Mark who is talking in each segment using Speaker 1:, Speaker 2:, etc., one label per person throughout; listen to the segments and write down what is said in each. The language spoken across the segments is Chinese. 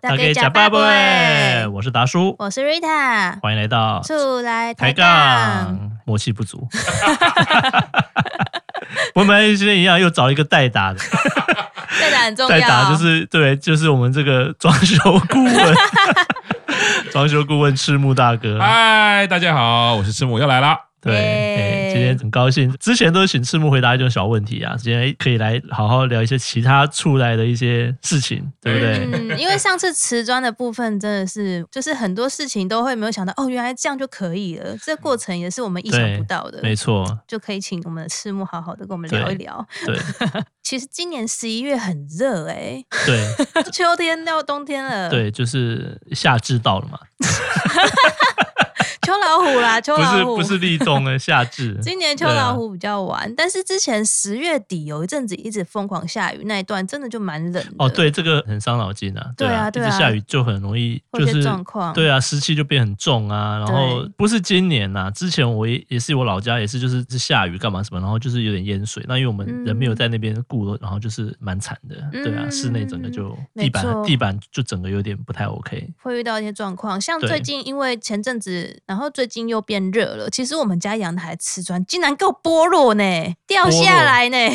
Speaker 1: 大家假爸爸，我是达叔，
Speaker 2: 我是 Rita，
Speaker 1: 欢迎来到
Speaker 2: 出来抬
Speaker 1: 抬
Speaker 2: 杠。
Speaker 1: 杠，默契不足。我们今天一样又找一个代打的，
Speaker 2: 代打很重要，
Speaker 1: 代打就是对，就是我们这个 装修顾问， 装修顾问赤木大哥。
Speaker 3: 嗨，大家好，我是赤木，我又来啦。
Speaker 1: 对、
Speaker 2: 耶
Speaker 1: 哎今天很高兴，之前都是请赤木回答一种小问题啊，今天可以来好好聊一些其他出来的一些事情，对不对？
Speaker 2: 嗯，因为上次瓷砖的部分真的是，就是很多事情都会没有想到，哦，原来这样就可以了。这过程也是我们意想不到的，
Speaker 1: 没错，
Speaker 2: 就可以请我们的赤木好好的跟我们聊一聊。
Speaker 1: 对
Speaker 2: 其实今年十一月很热 哎、
Speaker 1: 对。
Speaker 2: 秋天到冬天了，，
Speaker 1: 对，就是夏至到了嘛，
Speaker 2: 秋老虎啦，秋
Speaker 1: 不
Speaker 2: 老
Speaker 1: 是
Speaker 2: 虎
Speaker 1: 不是立冬的夏至，
Speaker 2: 啊 今年秋
Speaker 1: 对啊
Speaker 2: 老虎比较晚，但是之前十月底有一阵子一直疯狂下雨，那一段真的就蛮冷的。
Speaker 1: 哦，，对，这个很伤脑筋啊，
Speaker 2: 对啊
Speaker 1: 啊，
Speaker 2: 对
Speaker 1: 一
Speaker 2: 啊
Speaker 1: 直下雨就很容易
Speaker 2: 会
Speaker 1: 就
Speaker 2: 有些
Speaker 1: 是
Speaker 2: 状况
Speaker 1: 对啊，湿气就变很重啊，然后
Speaker 2: 对
Speaker 1: 不是今年呐、之前我也也是我老家也是就是下雨干嘛什么，然后就是有点淹水，那因为我们人没有
Speaker 2: 嗯
Speaker 1: 在那边顾，然后就是蛮惨的，对啊，室内整个就
Speaker 2: 没
Speaker 1: 地板
Speaker 2: 错
Speaker 1: 地板就整个有点不太 OK，
Speaker 2: 会遇到一些状况，像
Speaker 1: 对
Speaker 2: 最近因为前阵子，然后最近又变热了，其实我们家阳台瓷砖竟然给我剥落呢，掉下来呢，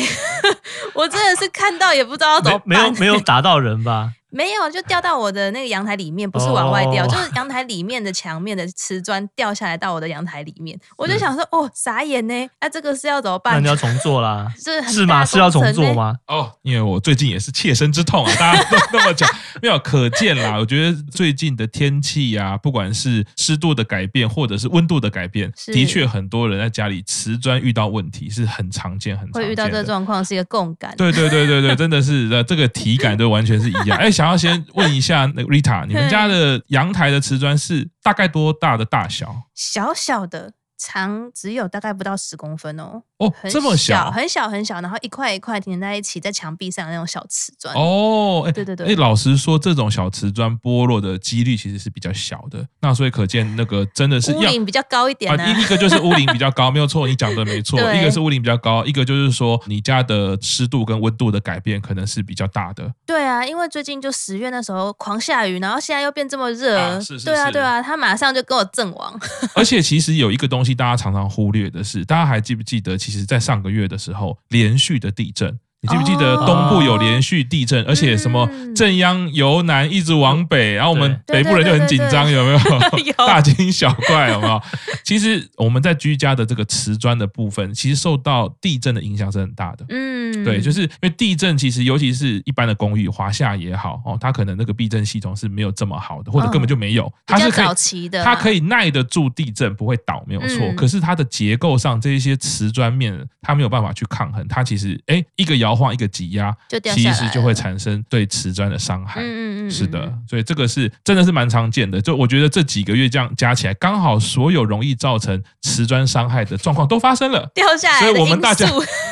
Speaker 2: 我真的是看到也不知道要怎么
Speaker 1: 没没有
Speaker 2: 办。
Speaker 1: 没有打到人吧？
Speaker 2: 没有，就掉到我的那个阳台里面，不是往外掉，
Speaker 1: 哦
Speaker 2: 就是阳台里面的墙面的瓷砖掉下来到我的阳台里面，我就想说，哦，傻眼呢，那、这个是要怎么
Speaker 1: 嗯那
Speaker 2: 办，
Speaker 1: 你？要重做啦
Speaker 2: 这很
Speaker 1: 是
Speaker 2: 大
Speaker 1: 吗？是要
Speaker 2: 工
Speaker 1: 重
Speaker 2: 程
Speaker 1: 做
Speaker 2: 呢
Speaker 1: 吗？
Speaker 3: 哦，因为我最近也是切身之痛啊， 大家都那么讲，没有可见啦。我觉得最近的天气啊，不管是湿度的改变，或者是温度的改变，
Speaker 2: 是
Speaker 3: 的确很多人在家里瓷砖遇到问题是很常见，很常
Speaker 2: 会
Speaker 3: 见
Speaker 2: 遇到这
Speaker 3: 的。
Speaker 2: 状况是一个共感。
Speaker 3: 对对对 对对，真的是呃，这个体感都完全是一样。哎，想要先问一下那个 Rita，你们家 的阳台的瓷砖是大概多大的大小？
Speaker 2: 小小的，长只有大概不到十公分哦，
Speaker 3: 哦，
Speaker 2: 很
Speaker 3: 这么
Speaker 2: 小，
Speaker 3: 小，
Speaker 2: 很小很小，然后一块一块粘在一起，在墙壁上的那种小瓷砖。
Speaker 3: 哦，哎、
Speaker 2: 对对对
Speaker 3: 哎、老实说，这种小瓷砖剥落的几率其实是比较小的。那所以可见，那个真的是
Speaker 2: 屋
Speaker 3: 要
Speaker 2: 顶比较高一点
Speaker 3: 啊，
Speaker 2: 呢、
Speaker 3: 一一个就是屋龄比较高，没有错，你讲的没错。
Speaker 2: 对
Speaker 3: 一个是屋龄比较高，一个就是说你家的湿度跟温度的改变可能是比较大的。
Speaker 2: 对啊，因为最近就十月那时候狂下雨，然后现在又变这么热，
Speaker 3: 啊是是
Speaker 2: 对啊
Speaker 3: 是
Speaker 2: 对啊，他马上就跟我阵亡。
Speaker 3: 而且其实有一个东西大家常常忽略的是，大家还记不记得？其实，在上个月的时候，连续的地震。你记不记得
Speaker 2: 哦
Speaker 3: 东部有连续地震，而且什么
Speaker 2: 嗯
Speaker 3: 正央由南一直往北，然后我们
Speaker 2: 对
Speaker 3: 北部人就很紧张，有没有？
Speaker 2: 有
Speaker 3: 大惊小怪，有没有？其实我们在居家的这个瓷砖的部分，其实受到地震的影响是很大的。
Speaker 2: 嗯，
Speaker 3: 对，就是是因为地震，其实尤其是一般的公寓，华夏也好哦，它可能那个避震系统是没有这么好的，或者根本就没有，
Speaker 2: 嗯比
Speaker 3: 它
Speaker 2: 较
Speaker 3: 是可以
Speaker 2: 早期的、啊
Speaker 3: 它可。以耐得住地震，不会倒，没有错。
Speaker 2: 嗯
Speaker 3: 可是它的结构上，这一些瓷砖面，它没有办法去抗衡。它其实，哎、一个摇晃，一个挤压
Speaker 2: 就，掉下
Speaker 3: 其
Speaker 2: 来
Speaker 3: 实就会产生对瓷砖的伤害。
Speaker 2: 嗯嗯嗯，
Speaker 3: 是
Speaker 2: 嗯
Speaker 3: 的，所以这个是真的是蛮常见的。就我觉得这几个月这样加起来，刚好所有容易造成瓷砖伤害的状况都发生了。
Speaker 2: 掉下来的因
Speaker 3: 所以
Speaker 2: 素，
Speaker 3: 我们大家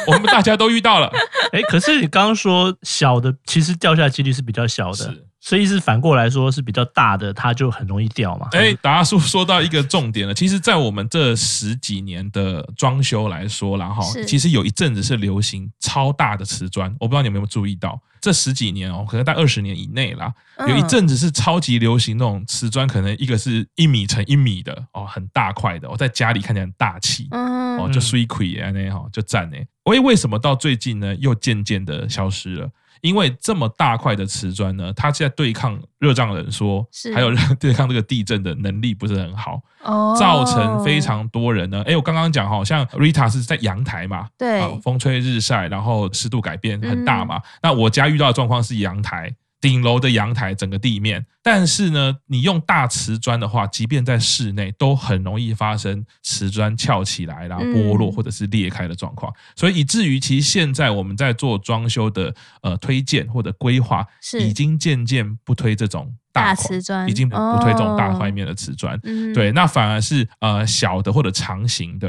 Speaker 3: 我们大家都遇 到了。
Speaker 1: 哎、可是你刚刚说小的，其实掉下来几率是比较小的
Speaker 3: 是，
Speaker 1: 所以是反过来说是比较大的，它就很容易掉嘛。
Speaker 3: 哎，达叔说到一个重点了。其实，在我们这十几年的装修来说啦，哈
Speaker 2: 是，
Speaker 3: 其实有一阵子是流行超大的瓷砖，我不知道你们有没有注意到，这十几年哦，可能在二十年以内啦，有一
Speaker 2: 嗯
Speaker 3: 阵子是超级流行那种瓷砖，可能一个是一米乘一米的哦，很大块的，我在家里看起来很大气。
Speaker 2: 嗯
Speaker 3: 哦，就水亏啊那哈，就赞呢。喂，为什么到最近呢又渐渐的消失了？因为这么大块的瓷砖呢，它在对抗热胀冷缩
Speaker 2: 是，
Speaker 3: 还有热 对抗这个地震的能力不是很好，
Speaker 2: 哦
Speaker 3: 造成非常多人呢。哎，我刚刚讲哈，像 Rita 是在阳台嘛，
Speaker 2: 对嗯
Speaker 3: 啊风吹日晒，然后湿度改变很大嘛。那我家遇到的状况是阳台。顶楼的阳台，整个地面，但是呢，你用大瓷砖的话，即便在室内，都很容易发生瓷砖翘起来啦、
Speaker 2: 嗯
Speaker 3: 剥落或者是裂开的状况。所以以至于其实现在我们在做装修的呃推荐或者规划，
Speaker 2: 是
Speaker 3: 已经渐渐不推这种
Speaker 2: 大
Speaker 3: 块
Speaker 2: 瓷砖
Speaker 3: 已经不不推这种大
Speaker 2: 哦
Speaker 3: 块面的瓷砖。
Speaker 2: 嗯
Speaker 3: 对，那反而是呃小的或者长形的。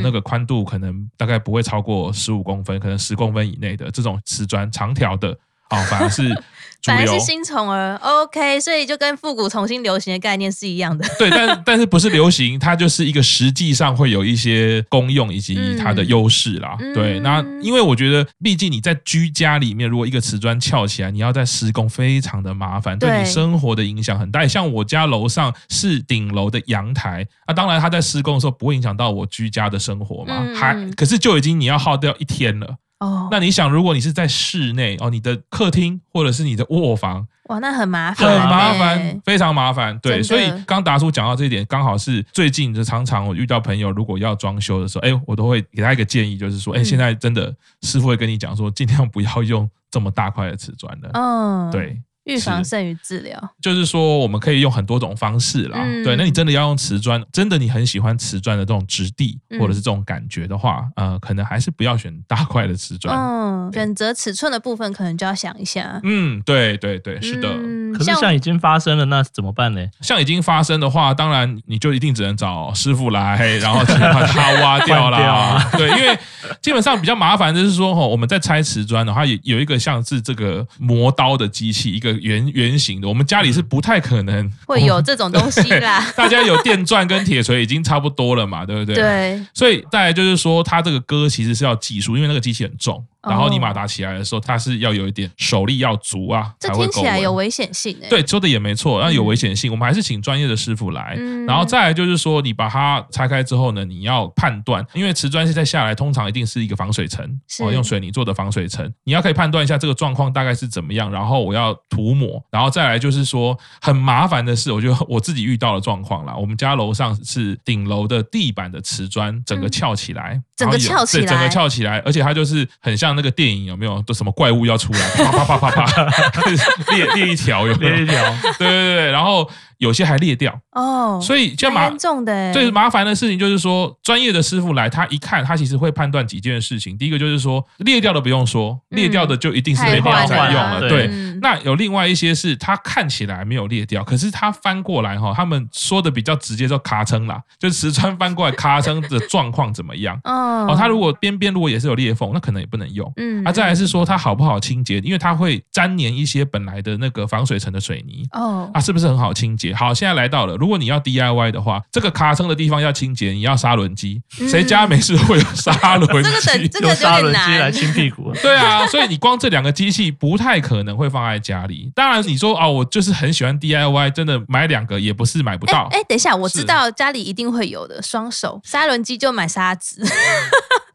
Speaker 2: 嗯，
Speaker 3: 那个宽度可能大概不 会超过十五公分，可能十公分以内的这种瓷砖长条的，哦，反而是猪
Speaker 2: 反而
Speaker 3: 油
Speaker 2: 是。新宠儿，OK，所以就跟复古重新流行的概念是一样 的。
Speaker 3: 对，但但是不是流行，它就是一个实际上会有一些功用以及它的优势啦。
Speaker 2: 嗯
Speaker 3: 对，那因为我觉得，毕竟你在居家里面，如果一个瓷砖翘起来，你要在施工非常的麻烦，对
Speaker 2: 对
Speaker 3: 你生活的影响很大。像我家楼上是顶楼的阳台，那、当然它在施工的时候不会影响到我居家的生活嘛，
Speaker 2: 嗯
Speaker 3: 还
Speaker 2: 嗯
Speaker 3: 可是就已经你要耗掉一天了。
Speaker 2: 哦，
Speaker 3: 那你想，如果你是在室内哦，你的客厅或者是你的卧房，
Speaker 2: 哇，那很麻
Speaker 3: 很
Speaker 2: 烦，欸
Speaker 3: 麻烦，。非常麻烦。
Speaker 2: 真的
Speaker 3: 对，所以刚达叔讲到这一点，刚好是最近就常常我遇到朋友，如果要装修的时候，哎，我都会给他一个建议，就是说，哎，
Speaker 2: 嗯
Speaker 3: 现在真的师傅会跟你讲说，尽量不要用这么大块的瓷砖的。
Speaker 2: 嗯，，
Speaker 3: 对，
Speaker 2: 预防
Speaker 3: 是
Speaker 2: 胜于治疗。
Speaker 3: 就是说我们可以用很多种方式啦。
Speaker 2: 嗯
Speaker 3: 对，那你真的要用瓷砖，真的你很喜欢瓷砖的这种质地
Speaker 2: 嗯
Speaker 3: 或者是这种感觉的话，呃，可能还是不要选大块的瓷砖。
Speaker 2: 嗯，选择尺寸的部分可能就要想一下。
Speaker 3: 嗯，对对对，是的。
Speaker 2: 嗯
Speaker 1: 可是像已经发生了，那怎么办呢？
Speaker 3: 像已经发生的话，当然你就一定只能找师傅来，然后请把它挖掉 啦。
Speaker 1: 换掉啊
Speaker 3: 对，因为基本上比较麻烦的是说，吼，我们在拆瓷砖的话，也有一个像是这个磨刀的机器，一个圆圆形的，我们家里是不太可能。
Speaker 2: 会有这种东西啦
Speaker 3: 大家有电钻跟铁锤已经差不多了嘛，对不对？。
Speaker 2: 对，
Speaker 3: 所以再来就是说，它这个割其实是要技术，因为那个机器很重，
Speaker 2: 哦
Speaker 3: 然后你马达起来的时候，它是要有一点手力要足啊，
Speaker 2: 这
Speaker 3: 才会
Speaker 2: 听
Speaker 3: 够
Speaker 2: 起来
Speaker 3: 稳
Speaker 2: 有危险性诶。
Speaker 3: 对，说的也没错，那有危险性，我们还是请专业的师傅来。
Speaker 2: 嗯
Speaker 3: 然后再来就是说，你把它拆开之后呢，你要判断，因为瓷砖现在下来，通常一定是一个防水层，
Speaker 2: 是
Speaker 3: 哦，用水泥做的防水层，你要可以判断一下这个状况大概是怎么样，然后我要涂抹，然后再来就是说很麻烦的是，我觉得我自己遇到的状况啦，我们家楼上是顶楼的地板的瓷砖，整个
Speaker 2: 嗯
Speaker 3: 翘起来，
Speaker 2: 整个
Speaker 3: 然后有
Speaker 2: 翘起
Speaker 3: 对整个
Speaker 2: 来
Speaker 3: 翘起来，而且它就是很像那个电影有没有，都什么怪物要出来，啪啪啪啪啪， 裂裂一条有没有？
Speaker 1: 列一条，
Speaker 3: 对对对对，然后有些还裂掉，
Speaker 2: 哦，
Speaker 3: 所以这
Speaker 2: 蛮
Speaker 3: 麻
Speaker 2: 严重的欸诶。
Speaker 3: 最麻烦的事情就是说，专业的师傅来，他一看，他其实会判断几件事情。第一个就是说，裂掉的不用说，
Speaker 2: 嗯
Speaker 3: 裂掉的就一定是
Speaker 2: 太
Speaker 3: 没办法
Speaker 1: 换
Speaker 3: 再
Speaker 1: 了
Speaker 3: 用了。
Speaker 1: 对
Speaker 3: 对
Speaker 2: 嗯，
Speaker 3: 那有另外一些是它看起来没有裂掉，可是它翻过来哈，他们说的比较直接叫咔撑啦，就是瓷砖翻过来咔撑的状况怎么样？
Speaker 2: 嗯，
Speaker 3: 哦，它如果边边如果也是有裂缝，那可能也不能用。
Speaker 2: 嗯，
Speaker 3: 啊，再来是说它好不好清洁，因为它会粘连一些本来的那个防水层的水泥。
Speaker 2: 哦
Speaker 3: 啊，，是不是很好清洁？好，现在来到了，如果你要 DIY 的话，这个卡层的地方要清洁，你要砂轮机，
Speaker 2: 嗯
Speaker 3: 谁家没事会有砂轮
Speaker 2: 这个等
Speaker 3: 机？
Speaker 2: 这个
Speaker 1: 用砂
Speaker 2: 有
Speaker 1: 轮
Speaker 2: 点
Speaker 1: 机来
Speaker 2: 难。
Speaker 1: 清屁股。
Speaker 3: 对啊，所以你光这两个机器不太可能会放在家里。当然，你说啊、我就是很喜欢 DIY，真的买两个也不是买不到。
Speaker 2: 哎，等一下，我
Speaker 3: 是
Speaker 2: 知道家里一定会有的，双手砂轮机就买砂纸，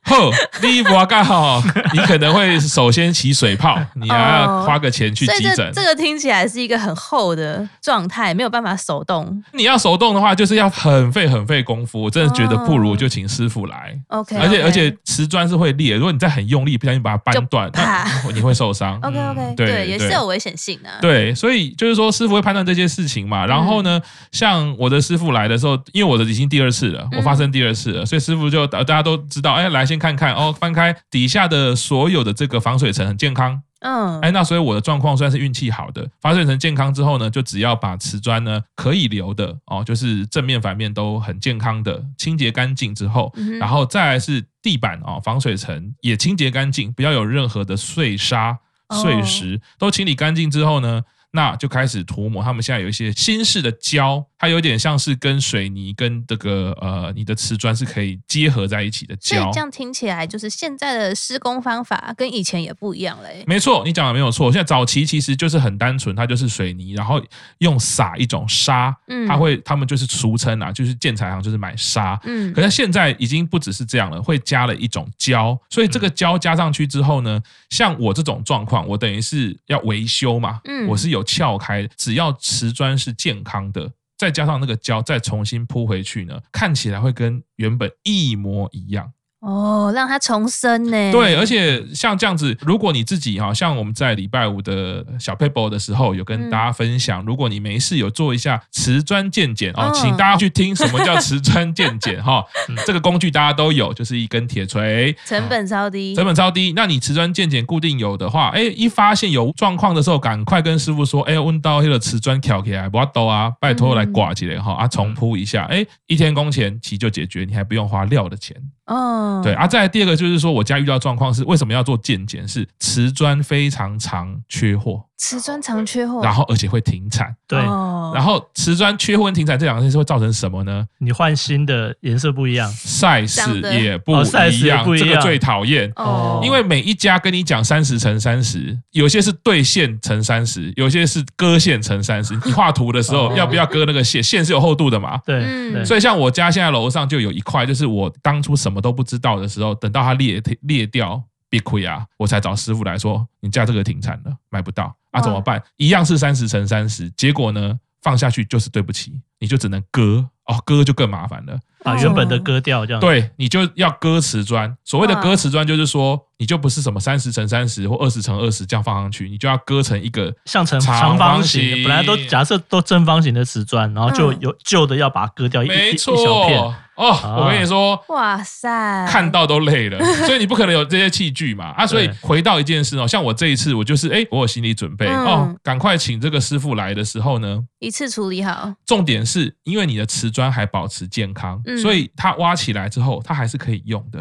Speaker 3: 呵，第一步要干好，你可能会首先起水泡，你还要
Speaker 2: 哦
Speaker 3: 花个钱去
Speaker 2: 所以
Speaker 3: 急
Speaker 2: 这
Speaker 3: 诊
Speaker 2: 这。个听起来是一个很厚的状态，没有办法手动。
Speaker 3: 你要手动的话，就是要很费很费功夫。我真的觉得不如就请师傅来。
Speaker 2: OK，
Speaker 3: 而且而且瓷砖是会裂，如果你再很用力，不小心把它扳断，
Speaker 2: 就
Speaker 3: 那
Speaker 2: 啪 嗯
Speaker 3: 你会 受伤。
Speaker 2: OK OK，
Speaker 3: 嗯对
Speaker 2: 对，也是
Speaker 3: 对
Speaker 2: 有危险性啊的。
Speaker 3: 对，所以就是说，师傅会判断这些事情嘛。然后呢，
Speaker 2: 嗯
Speaker 3: 像我的师傅来的时候，因为我的已经第二次了，
Speaker 2: 嗯
Speaker 3: 我发生第二次了，所以师傅就呃大家都知道，哎，来先看看哦，翻开底下的所有的这个防水层很健康，
Speaker 2: 嗯，
Speaker 3: 哎，那所以我的状况算是运气好的，防水层健康之后呢，就只要把瓷砖呢可以留的哦，就是正面反面都很健康的清洁干净之后，
Speaker 2: 嗯哼
Speaker 3: 然后再来是地板哦，防水层也清洁干净，不要有任何的碎沙、
Speaker 2: 哦
Speaker 3: 碎石，都清理干净之后呢。那就开始涂抹，他们现在有一些新式的胶，它有点像是跟水泥跟这个呃你的瓷砖是可以结合在一起的
Speaker 2: 所以
Speaker 3: 胶。
Speaker 2: 这样听起来，就是现在的施工方法跟以前也不一样嘞。
Speaker 3: 没错，你讲的没有错。现在早期其实就是很单纯，它就是水泥，然后用撒一种沙，
Speaker 2: 嗯
Speaker 3: 它会他们就是俗称啊，就是建材行就是买沙。
Speaker 2: 嗯
Speaker 3: 可，是现在已经不只是这样了，会加了一种胶，所以这个
Speaker 2: 嗯
Speaker 3: 胶加上去之后呢，像我这种状况，我等于是要维修嘛，
Speaker 2: 嗯
Speaker 3: 我是有撬开，只要瓷砖是健康的，再加上那个胶再重新铺回去呢，看起来会跟原本一模一样。
Speaker 2: 哦，让它重生呢。
Speaker 3: 对，而且像这样子，如果你自己哈，像我们在礼拜五的小 paper 的时候，有跟
Speaker 2: 嗯
Speaker 3: 大家分享，如果你没事有做一下瓷砖鉴检哦，
Speaker 2: 嗯
Speaker 3: 请大家去听什么叫瓷砖鉴检哈，嗯这个工具大家都有，就是一根铁锤。
Speaker 2: 成本超低
Speaker 3: 成。本超低，那你瓷砖鉴检固定有的话，哎，一发现有状况的时候，赶快跟师傅说，哎，问到那个瓷砖翘起来，不要抖啊，拜
Speaker 2: 嗯
Speaker 3: 托来挂起来哈，啊，重铺一下，哎，一天工钱其实就解决，你还不用花料的钱。
Speaker 2: 嗯，嗯，
Speaker 3: 对啊，再来第二个就是说，我家遇到的状况是为什么要做健检？是瓷砖非常常缺货，
Speaker 2: 瓷砖常缺货，
Speaker 3: 然后而且会停产。
Speaker 1: 对
Speaker 2: 哦
Speaker 3: 然后瓷砖缺货跟停产这两件事会造成什么呢？
Speaker 1: 你换新的颜色不一样，
Speaker 3: 赛事
Speaker 2: 长得
Speaker 3: 也不
Speaker 1: 哦 size
Speaker 3: 一
Speaker 1: 也
Speaker 3: 样，
Speaker 1: 不一
Speaker 3: 这个
Speaker 1: 样
Speaker 3: 最讨厌。
Speaker 2: 哦，
Speaker 3: 因为每一家跟你讲三十乘三十，有些是对线乘三十，有些是割线乘三十。你画图的时候
Speaker 1: 哦
Speaker 3: 要不要割那个线？线是有厚度的嘛。
Speaker 1: 对，
Speaker 2: 嗯
Speaker 1: 对
Speaker 3: 所以像我家现在楼上就有一块，就是我当初什么都不知道的时候，等到它裂裂掉。别亏啊！我才找师傅来说，你家这个停产了，买不到啊，
Speaker 2: 哇
Speaker 3: 怎么办？一样是三十乘三十，结果呢放下去就是对不起，你就只能割哦，割就更麻烦了。
Speaker 1: 把原本的割掉这样。
Speaker 3: 对，你就要割瓷砖。所谓的
Speaker 1: 啊
Speaker 2: 哇
Speaker 3: 割瓷砖，就是说你就不是什么三十乘三十或二十乘二十这样放上去，你就要割成一个
Speaker 1: 像成
Speaker 3: 长
Speaker 1: 长
Speaker 3: 方
Speaker 1: 方形的，
Speaker 3: 形
Speaker 1: 本来都假设都正方形的瓷砖，然后就
Speaker 2: 嗯
Speaker 1: 有旧的要把它割掉一一
Speaker 3: 没
Speaker 1: 一
Speaker 3: 错
Speaker 1: 小片，啊
Speaker 3: 哦，我跟你说。
Speaker 2: 哇塞，
Speaker 3: 看到都 累了，所以你不可能有这些器具嘛啊！所以
Speaker 1: 对
Speaker 3: 回到一件事哦，像我这一次，我就是哎、我有心理准备、
Speaker 2: 嗯
Speaker 3: 哦，赶快请这个师傅来的时候呢，
Speaker 2: 一次处理好，
Speaker 3: 重点是因为你的瓷砖还保持健康，
Speaker 2: 嗯
Speaker 3: 所以它挖起来之后，它还是可以用的，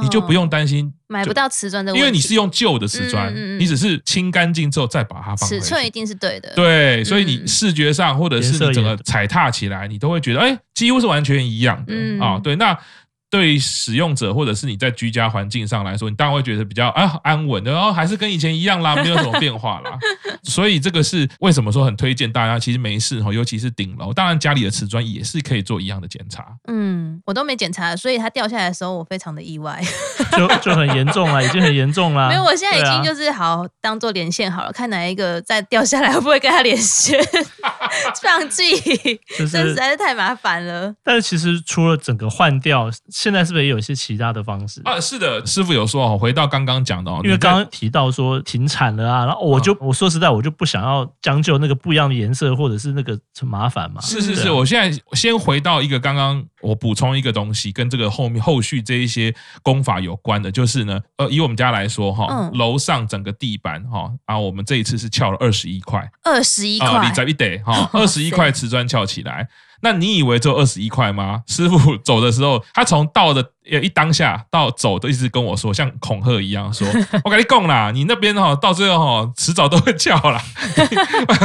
Speaker 3: 你就不
Speaker 2: 哦
Speaker 3: 用担心
Speaker 2: 买不
Speaker 3: 就
Speaker 2: 到瓷砖的问
Speaker 3: 因
Speaker 2: 题，
Speaker 3: 为你是用旧的瓷砖，
Speaker 2: 嗯嗯嗯
Speaker 3: 你只是清干净之后再把它放回
Speaker 2: 尺寸一
Speaker 3: 去。
Speaker 2: 定是对的，
Speaker 3: 对，所以你
Speaker 2: 嗯
Speaker 3: 视觉上或者是
Speaker 1: 颜色
Speaker 3: 你整
Speaker 1: 也
Speaker 3: 个踩踏起来，你都会觉得，哎，几乎是完全一样的
Speaker 2: 嗯
Speaker 3: 啊。对，那对使用者或者是你在居家环境上来说，你当然会觉得比较啊安稳的，然后还是跟以前一样 啦，没有什么变化啦。所以这个是为什么说很推荐大家，其实没事哦，尤其是顶楼，当然家里的瓷砖也是可以做一样的检查。
Speaker 2: 嗯，我都没检查，所以它掉下来的时候，我非常的意外。
Speaker 1: 就就很严重了，已经很严重
Speaker 3: 啊
Speaker 1: 啊了。
Speaker 2: 没有，我现在已经就是是好当做连线好了，看哪一个再掉下来会不会跟它连线， 放弃，
Speaker 1: 就
Speaker 2: 这实
Speaker 1: 是，
Speaker 2: 在是太麻烦了。
Speaker 1: 但是其实除了整个换掉，现在是不是也有一些其他的方式？
Speaker 3: 啊，是的，师傅有说哦，回到刚刚讲的哦，
Speaker 1: 因为
Speaker 3: 你在嗯
Speaker 1: 刚刚提到说停产了啊，然后我就、我说实在，我就不想要将就那个不一样的颜色或者是那个很麻烦嘛。
Speaker 3: 是是
Speaker 1: 对
Speaker 3: 是，
Speaker 1: 啊
Speaker 3: 我现在先回到一个刚刚我补充一个东西，跟这个后面后续这一些功法有关的，就是呢，呃，以我们家来说哈，
Speaker 2: 嗯
Speaker 3: 楼上整个地板哈啊，我们这一次是撬了二十一块
Speaker 2: 二十一
Speaker 3: 啊，
Speaker 2: 块哦
Speaker 3: 你，在一得哈，
Speaker 2: 哇
Speaker 3: 二
Speaker 2: 塞
Speaker 3: 十一块瓷砖撬起来。那你以为只有二十一块吗？师傅 走的时候，他从到的呃一当下到走都一直跟我说，像恐吓一样说：“我跟你讲啦，你那边哈到最后哈迟早都会叫啦。” 我想说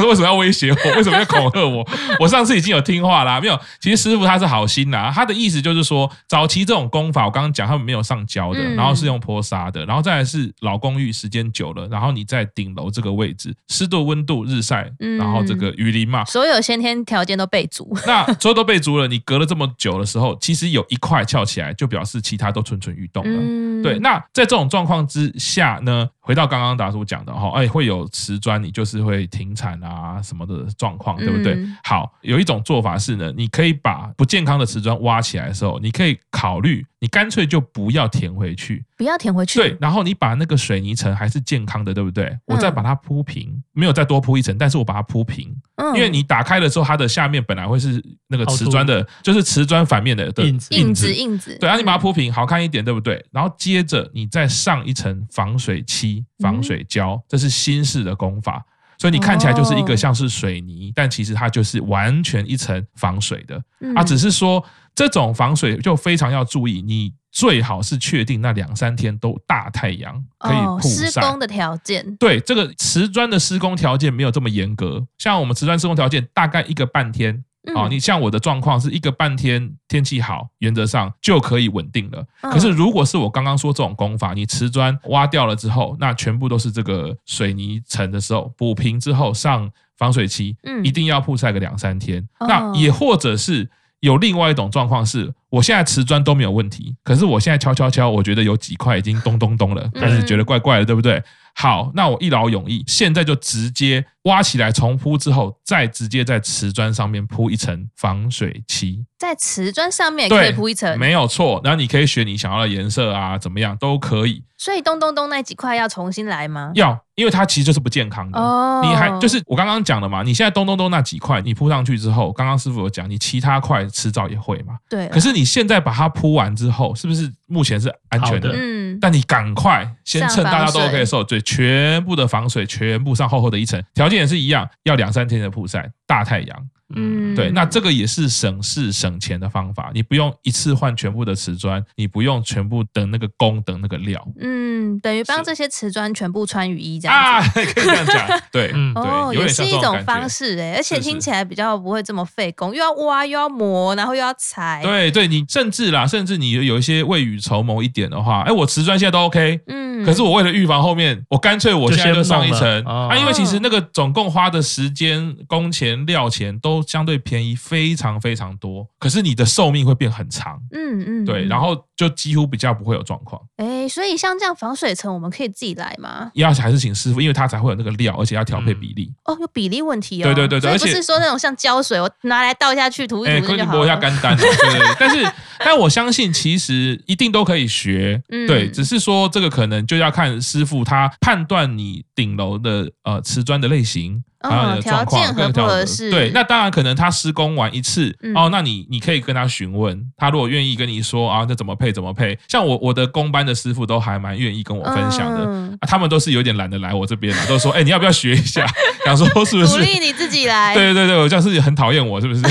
Speaker 3: 为什么要威胁我？为什么要恐吓我？我上次已经有听话啦，没有。其实师傅他是好心啦，他的意思就是说，早期这种功法我刚刚讲，他们没有上胶的，
Speaker 2: 嗯
Speaker 3: 然后是用泼砂的，然后再来是老公寓，时间久了，然后你在顶楼这个位置，湿度、温度、日晒，
Speaker 2: 嗯
Speaker 3: 然后这个雨淋嘛。
Speaker 2: 所有先天条件都备足。
Speaker 3: 那所有都备足了，你隔了这么久的时候，其实有一块翘起来，就表示其他都蠢蠢欲动了。
Speaker 2: 嗯
Speaker 3: 对，那在这种状况之下呢，回到刚刚达叔讲的哈，哎，会有瓷砖，你就是会停产啊什么的状况，对不对？
Speaker 2: 嗯
Speaker 3: 好，有一种做法是呢，你可以把不健康的瓷砖挖起来的时候，你可以考虑，你干脆就不要填回去，
Speaker 2: 不要填回去。
Speaker 3: 对，，然后你把那个水泥层还是健康的，对不对？我再把它铺平，没有再多铺一层，但是我把它铺平，
Speaker 2: 嗯
Speaker 3: 因为你打开了之后，它的下面本来会是那个
Speaker 1: 凹凸
Speaker 3: 瓷砖的，就是瓷砖反面的的
Speaker 1: 印子
Speaker 2: 印子印子，
Speaker 3: 对啊，你把它
Speaker 2: 嗯
Speaker 3: 铺平，好看一点，对不对？然后接着你再上一层防水漆、
Speaker 2: 嗯
Speaker 3: 防水胶，这是新式的工法。所以你看起来就是一
Speaker 2: 哦
Speaker 3: 个像是水泥，但其实它就是完全一层防水的啊，
Speaker 2: 嗯
Speaker 3: 只是说这种防水就非常要注意，你最好是确定那两三天都大太阳可
Speaker 2: 哦
Speaker 3: 以曝
Speaker 2: 施
Speaker 3: 晒。
Speaker 2: 工的条件，
Speaker 3: 对，这个瓷砖的施工条件没有这么严格，像我们瓷砖施工条件大概一个半天，哦，
Speaker 2: 嗯
Speaker 3: 你像我的状况是一个半天天气好，原则上就可以稳定了。
Speaker 2: 嗯
Speaker 3: 可是如果是我刚刚说这种工法，你瓷砖挖掉了之后，那全部都是这个水泥层的时候，补平之后上防水漆，
Speaker 2: 嗯
Speaker 3: 一定要曝晒个两三天。
Speaker 2: 哦
Speaker 3: 那也或者是。有另外一种状况是，我现在瓷砖都没有问题，可是我现在敲敲敲，我觉得有几块已经咚咚咚
Speaker 2: 嗯
Speaker 3: 了，但是觉得怪怪的，对不对？好，那我一劳永逸，现在就直接挖起来重铺之后，再直接在瓷砖上面铺一层防水漆，
Speaker 2: 在瓷砖上面也哎可
Speaker 3: 对，
Speaker 2: 以铺一层，
Speaker 3: 没有错。然后你可以选你想要的颜色啊，怎么样都可以。
Speaker 2: 所以咚咚咚那几块要重新来吗？
Speaker 3: 要，因为它其实就是不健康的。
Speaker 2: 哦，
Speaker 3: 你还就是我刚刚讲的嘛，你现在咚咚咚那几块你铺上去之后，刚刚师傅有讲，你其他块迟早也会嘛。
Speaker 2: 对啦，啊
Speaker 3: 可是你现在把它铺完之后，是不是目前是安全
Speaker 1: 好
Speaker 3: 的
Speaker 1: 的？
Speaker 2: 嗯，
Speaker 3: 但你赶快先趁大家都
Speaker 2: 上防
Speaker 3: OK
Speaker 2: 水
Speaker 3: 的时候，对全部的防水全部上厚厚的一层，条件也是一样，要两三天的曝晒，大太阳。
Speaker 2: 嗯，
Speaker 3: 对，那这个也是省事省钱的方法，你不用一次换全部的瓷砖，你不用全部等那个工等那个料
Speaker 2: 嗯，等于帮
Speaker 3: 是
Speaker 2: 这些瓷砖全部穿雨衣这样子。
Speaker 3: 啊， 可以这样讲，对
Speaker 1: 嗯
Speaker 3: 对
Speaker 2: 哦，，
Speaker 3: 有
Speaker 2: 也
Speaker 3: 点
Speaker 2: 是
Speaker 3: 像这
Speaker 2: 一种
Speaker 3: 感
Speaker 2: 方
Speaker 3: 觉。
Speaker 2: 式哎，而且
Speaker 3: 是
Speaker 2: 听
Speaker 3: 是
Speaker 2: 起来比较不会这么费工，又要挖又要磨，然后又要裁。
Speaker 3: 对对，你甚至啦，甚至你有有一些未雨绸缪一点的话，哎，我瓷砖现在都 OK，
Speaker 2: 嗯，
Speaker 3: 可是我为了预防后面，我干脆我现在就上一
Speaker 1: 就先
Speaker 3: 层
Speaker 1: 弄了哦
Speaker 3: 啊，因为其实那个总共花的时间、工钱、料钱都相对便宜，非常非常多。可是你的寿命会变很长，
Speaker 2: 嗯嗯，
Speaker 3: 对，然后就几乎比较不会有状况。
Speaker 2: 哎，所以像这样防水层，我们可以自己来吗？
Speaker 3: 要还是请师傅，因为他才会有那个料，而且要调配
Speaker 1: 嗯
Speaker 3: 比例。
Speaker 2: 哦，有比例问题哦。
Speaker 3: 对对对
Speaker 2: 所
Speaker 3: 对
Speaker 2: 以
Speaker 3: 而
Speaker 2: 不
Speaker 3: 且
Speaker 2: 是说那种像胶水，我拿来倒下去涂一
Speaker 3: 哎，
Speaker 2: 涂
Speaker 3: 可
Speaker 2: 那
Speaker 3: 以
Speaker 2: 就好
Speaker 3: 摸
Speaker 2: 了。
Speaker 3: 一下干 单，对对对。但是， 但我相信其实一定都可以学，
Speaker 2: 嗯
Speaker 3: 对，只是说这个可能就要看师傅他判断你顶楼的呃瓷砖的类型，
Speaker 2: 哦
Speaker 3: 然后你的状况
Speaker 2: 条件合不
Speaker 3: 各个条
Speaker 2: 合
Speaker 3: 件
Speaker 2: 适
Speaker 3: 对，那当然可能他施工完一次，
Speaker 2: 嗯
Speaker 3: 哦，那你你可以跟他询问，他如果愿意跟你说啊，这怎么配怎么配，像我我的工班的师傅都还蛮愿意跟我分享的。
Speaker 2: 嗯
Speaker 3: 啊他们都是有点懒得来我这边了，都说：“哎、你要不要学一下？”想说是不
Speaker 2: 鼓
Speaker 3: 是
Speaker 2: 励你自己来。
Speaker 3: 对对对，我教室很讨厌我，是不 是？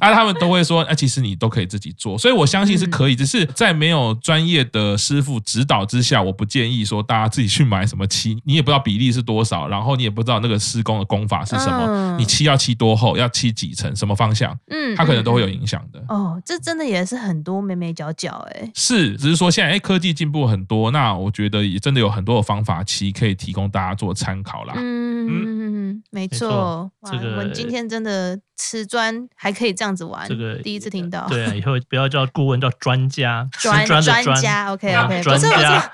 Speaker 3: 啊，他们都会说，啊，其实你都可以自己做，所以我相信
Speaker 2: 嗯
Speaker 3: 是可以，只是在没有专业的师傅指导之下，我不建议说大家自己去买什么漆，你也不知道比例是多少，然后你也不知道那个施工的工法是什么，
Speaker 2: 嗯
Speaker 3: 你漆要漆多厚，要漆几层，什么方向，
Speaker 2: 嗯，嗯，
Speaker 3: 它可能都会有
Speaker 2: 嗯。
Speaker 3: 影响的。
Speaker 2: 哦，这真的也是很多眉眉角角哎。
Speaker 3: 是，只是说现在哎、科技进步很多，那我觉得也真的有很多的方法漆可以提供大家做参考啦。
Speaker 2: 嗯，没错
Speaker 1: 错。
Speaker 2: 哇，
Speaker 1: 这个
Speaker 2: 我们今天真的瓷砖还可以这样子玩，
Speaker 1: 这个
Speaker 2: 第一次听到。
Speaker 1: 对啊，以后不要叫顾问，叫专家，瓷
Speaker 2: 嗯专
Speaker 1: 砖的
Speaker 2: 专
Speaker 1: 专
Speaker 2: 家，OK
Speaker 1: 啊
Speaker 2: OK，不
Speaker 1: 专
Speaker 2: 是我
Speaker 1: 家
Speaker 2: 是，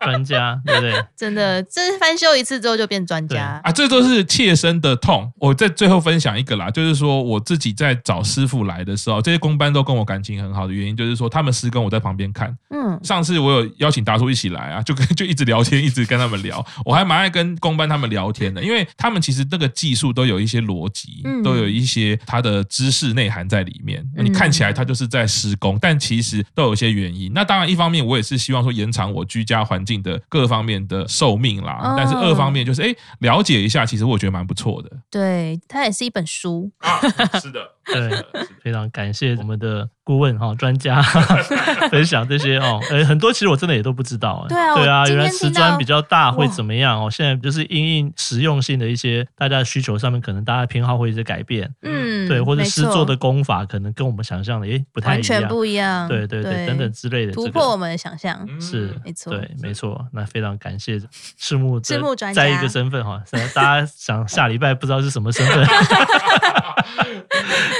Speaker 1: 专家，对不对？
Speaker 2: 真的，这翻修一次之后就变专家。
Speaker 3: 啊，这都是切身的痛。我在最后分享一个啦，就是说我自己在找师傅来的时候，这些工班都跟我感情很好的原因，就是说他们施工我在旁边看。
Speaker 2: 嗯，
Speaker 3: 上次我有邀请达叔一起来啊， 就跟就一直聊天，一直跟他们聊， 我还蛮爱跟工班他们聊天的，因为他们其实那个技术都有一些逻辑，
Speaker 2: 嗯
Speaker 3: 都有一些它的知识内涵在里面。
Speaker 2: 嗯
Speaker 3: 你看起来他就是在施工，但其实都有一些原因。那当然，一方面我也是希望说延长我居家环境的各方面的寿命啦，
Speaker 2: 哦
Speaker 3: 但是二方面就是哎、诶了解一下，其实我觉得蛮不错的。
Speaker 2: 对，它也是一本书。
Speaker 3: 啊， 是的，
Speaker 1: 对，非常感谢我们的顾问哈、专家 分享这些 哦，呃，很多其实我真的也都不知道、哎
Speaker 2: 对啊
Speaker 1: 对
Speaker 2: 我
Speaker 1: 啊，
Speaker 2: 今
Speaker 1: 原来
Speaker 2: 天
Speaker 1: 瓷
Speaker 2: 听到
Speaker 1: 砖比较大会
Speaker 2: 哇
Speaker 1: 怎么样哦？现在就是因应实用性的一些大家的需求上面，可能大家偏好会有一些改变，
Speaker 2: 嗯，
Speaker 1: 对，或者
Speaker 2: 没
Speaker 1: 施
Speaker 2: 错
Speaker 1: 作的工法可能跟我们想象的诶不太
Speaker 2: 完
Speaker 1: 一
Speaker 2: 全
Speaker 1: 样，
Speaker 2: 不一样。
Speaker 1: 对对对，等等之类的，
Speaker 2: 突
Speaker 1: 这
Speaker 2: 破我
Speaker 1: 个
Speaker 2: 们的想象。
Speaker 3: 嗯
Speaker 1: 是
Speaker 2: 没错
Speaker 1: 对，没错。那非常感谢赤木
Speaker 2: 赤
Speaker 1: 的
Speaker 2: 木专
Speaker 1: 再一
Speaker 2: 家
Speaker 1: 个身份哈，大家想下礼拜不知道是什么身份。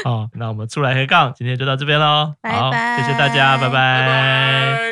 Speaker 1: 好，那我们出来黑杠，今天就到这边喽。
Speaker 2: 拜
Speaker 1: 好，谢谢大家，
Speaker 2: 拜
Speaker 3: 拜拜。